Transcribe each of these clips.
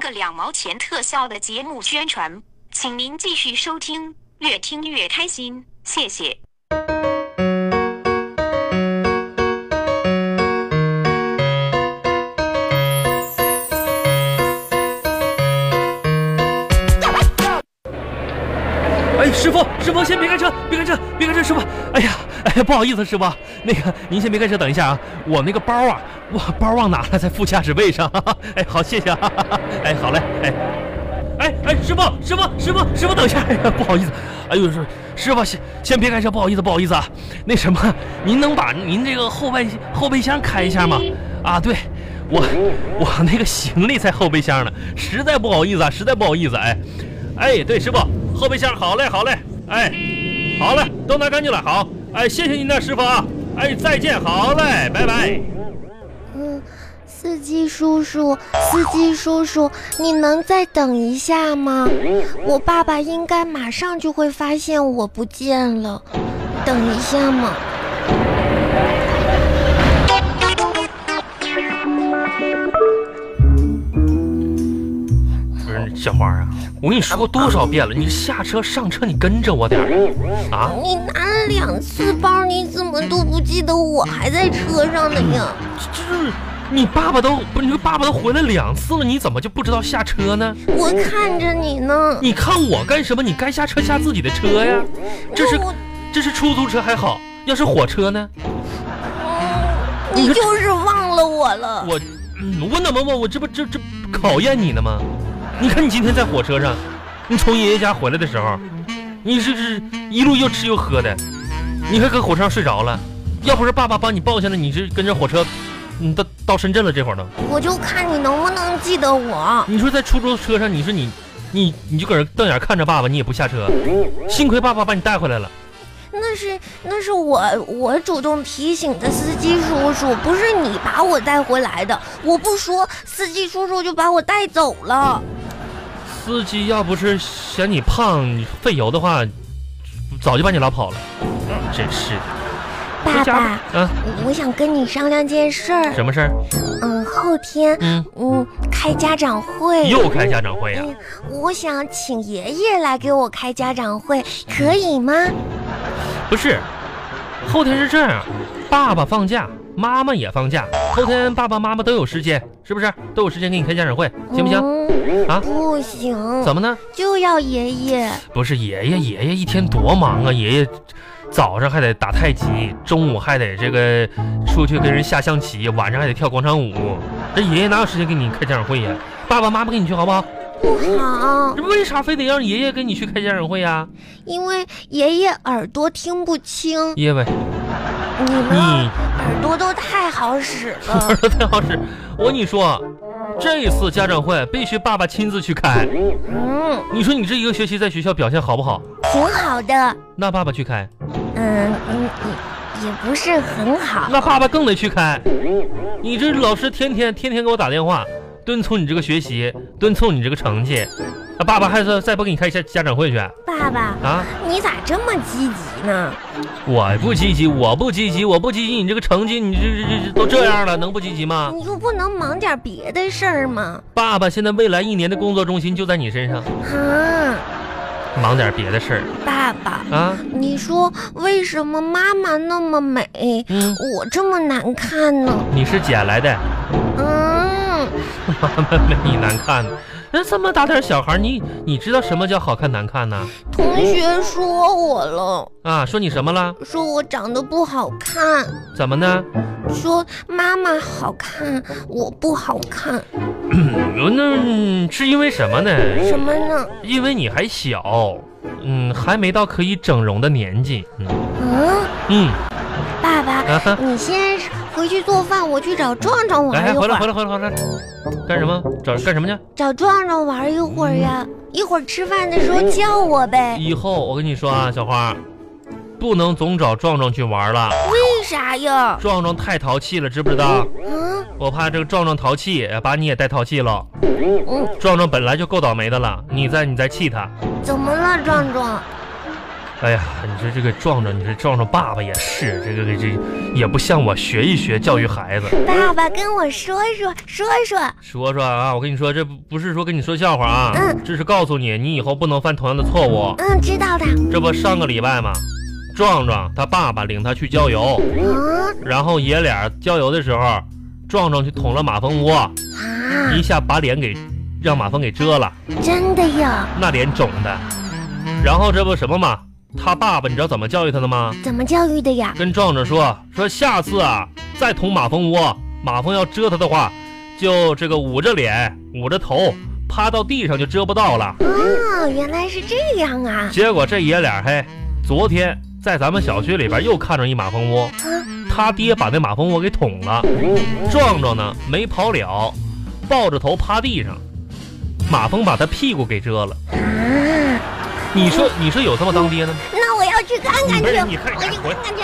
个两毛钱特效的节目宣传，请您继续收听，越听越开心，谢谢。哎，师傅，师傅，先别开车，别开车，别开车，师傅。哎呀，哎呀，不好意思，师傅，那个您先别开车，等一下啊，我那个包啊，我包忘拿了，在副驾驶位上。 哈哈哎，好，谢谢啊。哈 哈哎，好嘞，哎，哎哎，师傅，师傅，师傅，师傅，等一下，哎呀，不好意思，哎呦，师师傅，先先别开车，不好意思，不好意思啊。那什么，您能把您这个后备后备箱开一下吗？啊，对。我我那个行李在后备箱呢，实在不好意思啊，实在不好意思，哎，哎，对，师傅，后备箱，好嘞，好嘞，哎，好嘞，都拿干净了，好，哎，谢谢您呐，师傅啊，哎，再见，好嘞，拜拜。嗯，司机叔叔，司机叔叔，你能再等一下吗？我爸爸应该马上就会发现我不见了，等一下嘛。不是小花啊，我跟你说多少遍了，你下车上车，你跟着我点儿啊。你拿了两次包，你怎么都不记得我还在车上呢呀？这这是你爸爸都不是你爸爸都回来两次了，你怎么就不知道下车呢？我看着你呢。你看我干什么？你该下车下自己的车呀。这是我这是出租车还好，要是火车呢？你就是忘了我了。我嗯，我怎么我我这不这这考验你呢吗？你看你今天在火车上，你从爷爷家回来的时候，你是是一路又吃又喝的，你还搁火车上睡着了。要不是爸爸把你抱下来，你是跟着火车，你到到深圳了。这会儿呢，我就看你能不能记得我。你说在出租车上，你说你你你就搁这瞪眼看着爸爸，你也不下车，幸亏爸爸把你带回来了。那是那是我我主动提醒的司机叔叔，不是你把我带回来的。我不说，司机叔叔就把我带走了。司机要不是嫌你胖你费油的话，早就把你拉跑了。真是的，爸回家爸吧，啊，我想跟你商量件事儿。什么事儿？嗯，后天嗯，嗯开家长会。又开家长会啊呀、嗯，我想请爷爷来给我开家长会，可以吗？不是，后天是这样，爸爸放假，妈妈也放假，后天爸爸妈妈都有时间，是不是？都有时间给你开家长会，行不行？嗯啊不行，怎么呢？就要爷爷。不是爷爷，爷爷一天多忙啊！爷爷早上还得打太极，中午还得这个出去跟人下象棋，晚上还得跳广场舞。这爷爷哪有时间给你开家长会呀？爸爸妈妈跟你去好不好？好，这为啥非得让爷爷跟你去开家长会呀、因为爷爷耳朵听不清，因为你们你耳朵都太好使了。耳朵太好使，我跟你说，这次家长会必须爸爸亲自去开。嗯，你说你这一个学期在学校表现好不好？挺好的。那爸爸去开，嗯嗯，也也不是很好。那爸爸更得去开。你这老师天天天天给我打电话，敦促你这个学习，敦促你这个成绩，那爸爸还是再不给你开家家长会去啊？爸爸，你咋这么积极呢？我不积极，我不积极，我不积极，你这个成绩，你这这这这都这样了，能不积极吗？你又不能忙点别的事儿吗？爸爸现在未来一年的工作重心就在你身上，啊，忙点别的事儿爸爸，啊。你说为什么妈妈那么美，嗯，我这么难看呢？你是捡来的。嗯，妈妈没你难看呢。那这么大点小孩儿，你你知道什么叫好看难看呢？同学说我了，啊，说你什么了？说我长得不好看，怎么呢？说妈妈好看，我不好看，嗯那是因为什么呢？什么呢？因为你还小，嗯，还没到可以整容的年纪。嗯嗯，嗯，爸爸，啊哈，你先回去做饭，我去找壮壮玩来，一会回来，回儿，来，回来，回来，干什么？找干什么去？找壮壮玩一会儿嗯呀，一会儿吃饭的时候叫我呗。以后我跟你说啊，小花，不能总找壮壮去玩了，为啥呀？壮壮太淘气了，知不知道？嗯我怕这个壮壮淘气，把你也带淘气了。嗯，壮壮本来就够倒霉的了，你再你再气他。怎么了，壮壮？哎呀，你说这个壮壮，你说壮壮爸爸也是，这个这也不像我学一学教育孩子。爸爸跟我说说说说，说说啊，我跟你说，这不不是说跟你说笑话啊，嗯这是告诉你，你以后不能犯同样的错误。嗯，知道的。这不上个礼拜嘛，壮壮他爸爸领他去郊游，啊然后爷俩郊游的时候，壮壮去捅了马蜂窝，啊，一下把脸给让马蜂给蛰了，真的呀？那脸肿的。然后这不什么嘛，他爸爸你知道怎么教育他的吗？怎么教育的呀？跟壮壮说说下次啊，再捅马蜂窝，马蜂要蛰他的话，就这个捂着脸，捂着头，趴到地上就蛰不到了。哦，原来是这样啊！结果这爷俩嘿，昨天在咱们小区里边又看着一马蜂窝，嗯他爹把那马蜂窝给捅了，壮壮呢没跑了，抱着头趴地上，马蜂把他屁股给蛰了。啊，你说你说有他妈当爹的吗？那我要去看看不去，是我哎你看去我看看去。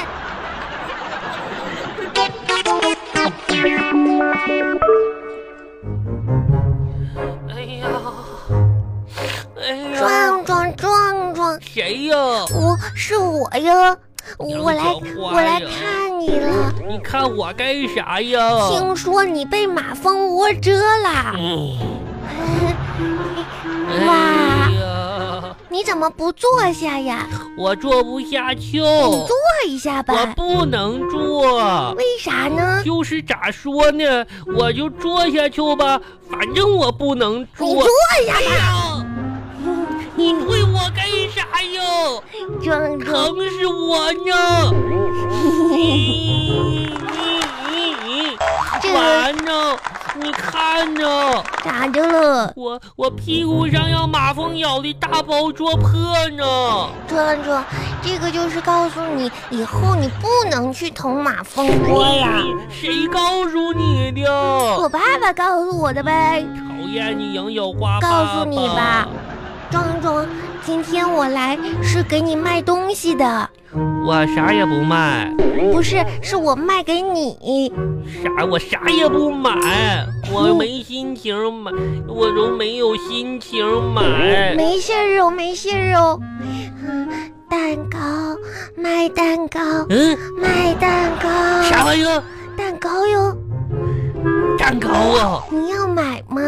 哎呀，哎呀，壮壮壮壮，谁呀？我是我呀，杨我来小花我来呀看你了。你看我干啥呀？听说你被马蜂窝蛰了，嗯，哇哎呀，你怎么不坐下呀？我坐不下去，你坐一下我吧。不能坐。为啥呢？就是咋说呢，我就坐下去吧，反正我不能你坐坐。下哎吧。呀，你推我干啥呀？壮壮，疼死我呢！ 这完了，你看呢，咋的了？我我屁股上让马蜂咬的大包戳破呢。壮壮，这个就是告诉你，以后你不能去捅马蜂窝了。谁告诉你的？哎我爸爸告诉我的呗。讨厌你杨小花告爸诉你吧爸。壮壮，今天我来是给你卖东西的，我啥也不卖，不是，是我卖给你。啥我啥也不买，我没心情买，我都没有心情买。没事儿哦，没事儿哦。嗯，蛋糕，卖蛋糕，嗯，卖蛋啥糕，玩意儿？蛋糕哟，蛋糕啊？你要买吗？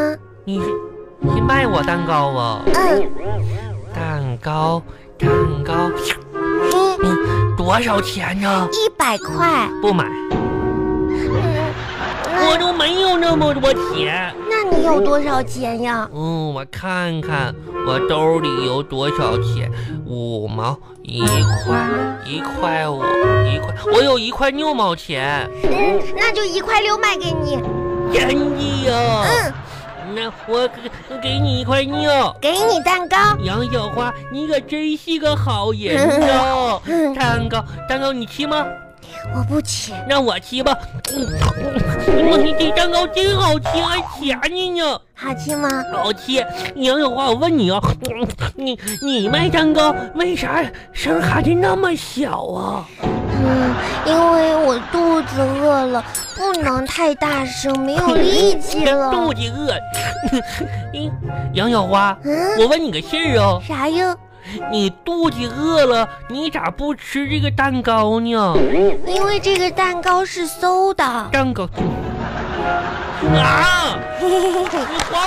你是你卖我蛋糕啊？嗯，蛋糕，蛋糕，嗯嘿，多少钱呢？一百块。不买，嗯，我都没有那么多钱。那你有多少钱呀？嗯，我看看我兜里有多少钱，五毛一块，一块五，一块，我有一块六毛钱，嗯，那就一块六卖给你。真的呀、嗯，啊那我给给你一块六。给你蛋糕。杨小花，你可真是个好人 呐！嗯，蛋糕，蛋糕你吃吗？我不吃。让我吃吧。嗯，我你这蛋糕真好吃，还甜着呢。好吃吗？老七，杨小花，我问你啊，你你卖蛋糕为啥声还是那么小啊？嗯，因为我肚子饿了，不能太大声，没有力气了肚。子饿。 嗯杨小花，嗯，我问你个事儿哦，啥呀？你肚子饿了，你咋不吃这个蛋糕呢？因为这个蛋糕是馊的。蛋糕。啊！你还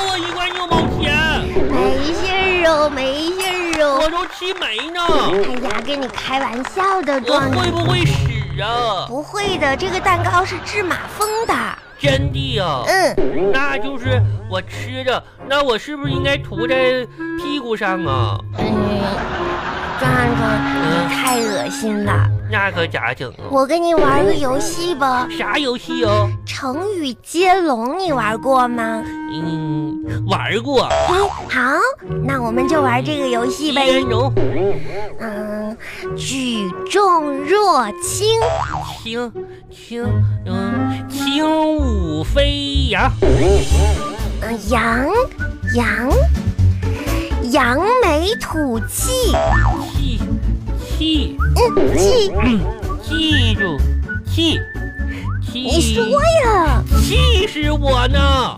我一块六毛钱，没事儿哦，没事儿哦。我都吃没呢。哎呀，跟你开玩笑的，我壮会壮。不会死啊？不会的，这个蛋糕是治马蜂的。真的呀、嗯，那就是我吃的，那我是不是应该涂在屁股上啊？嗯，壮壮，你嗯，太恶心了。那可咋整啊？我跟你玩个游戏吧，啥游戏哦？成语接龙，你玩过吗？哎嗯，玩过。好，那我们就玩这个游戏一呗人。容嗯，举重若轻，轻轻嗯轻舞飞扬，嗯，扬扬扬眉吐气，气气嗯，气记住气气。你说呀，气死我呢！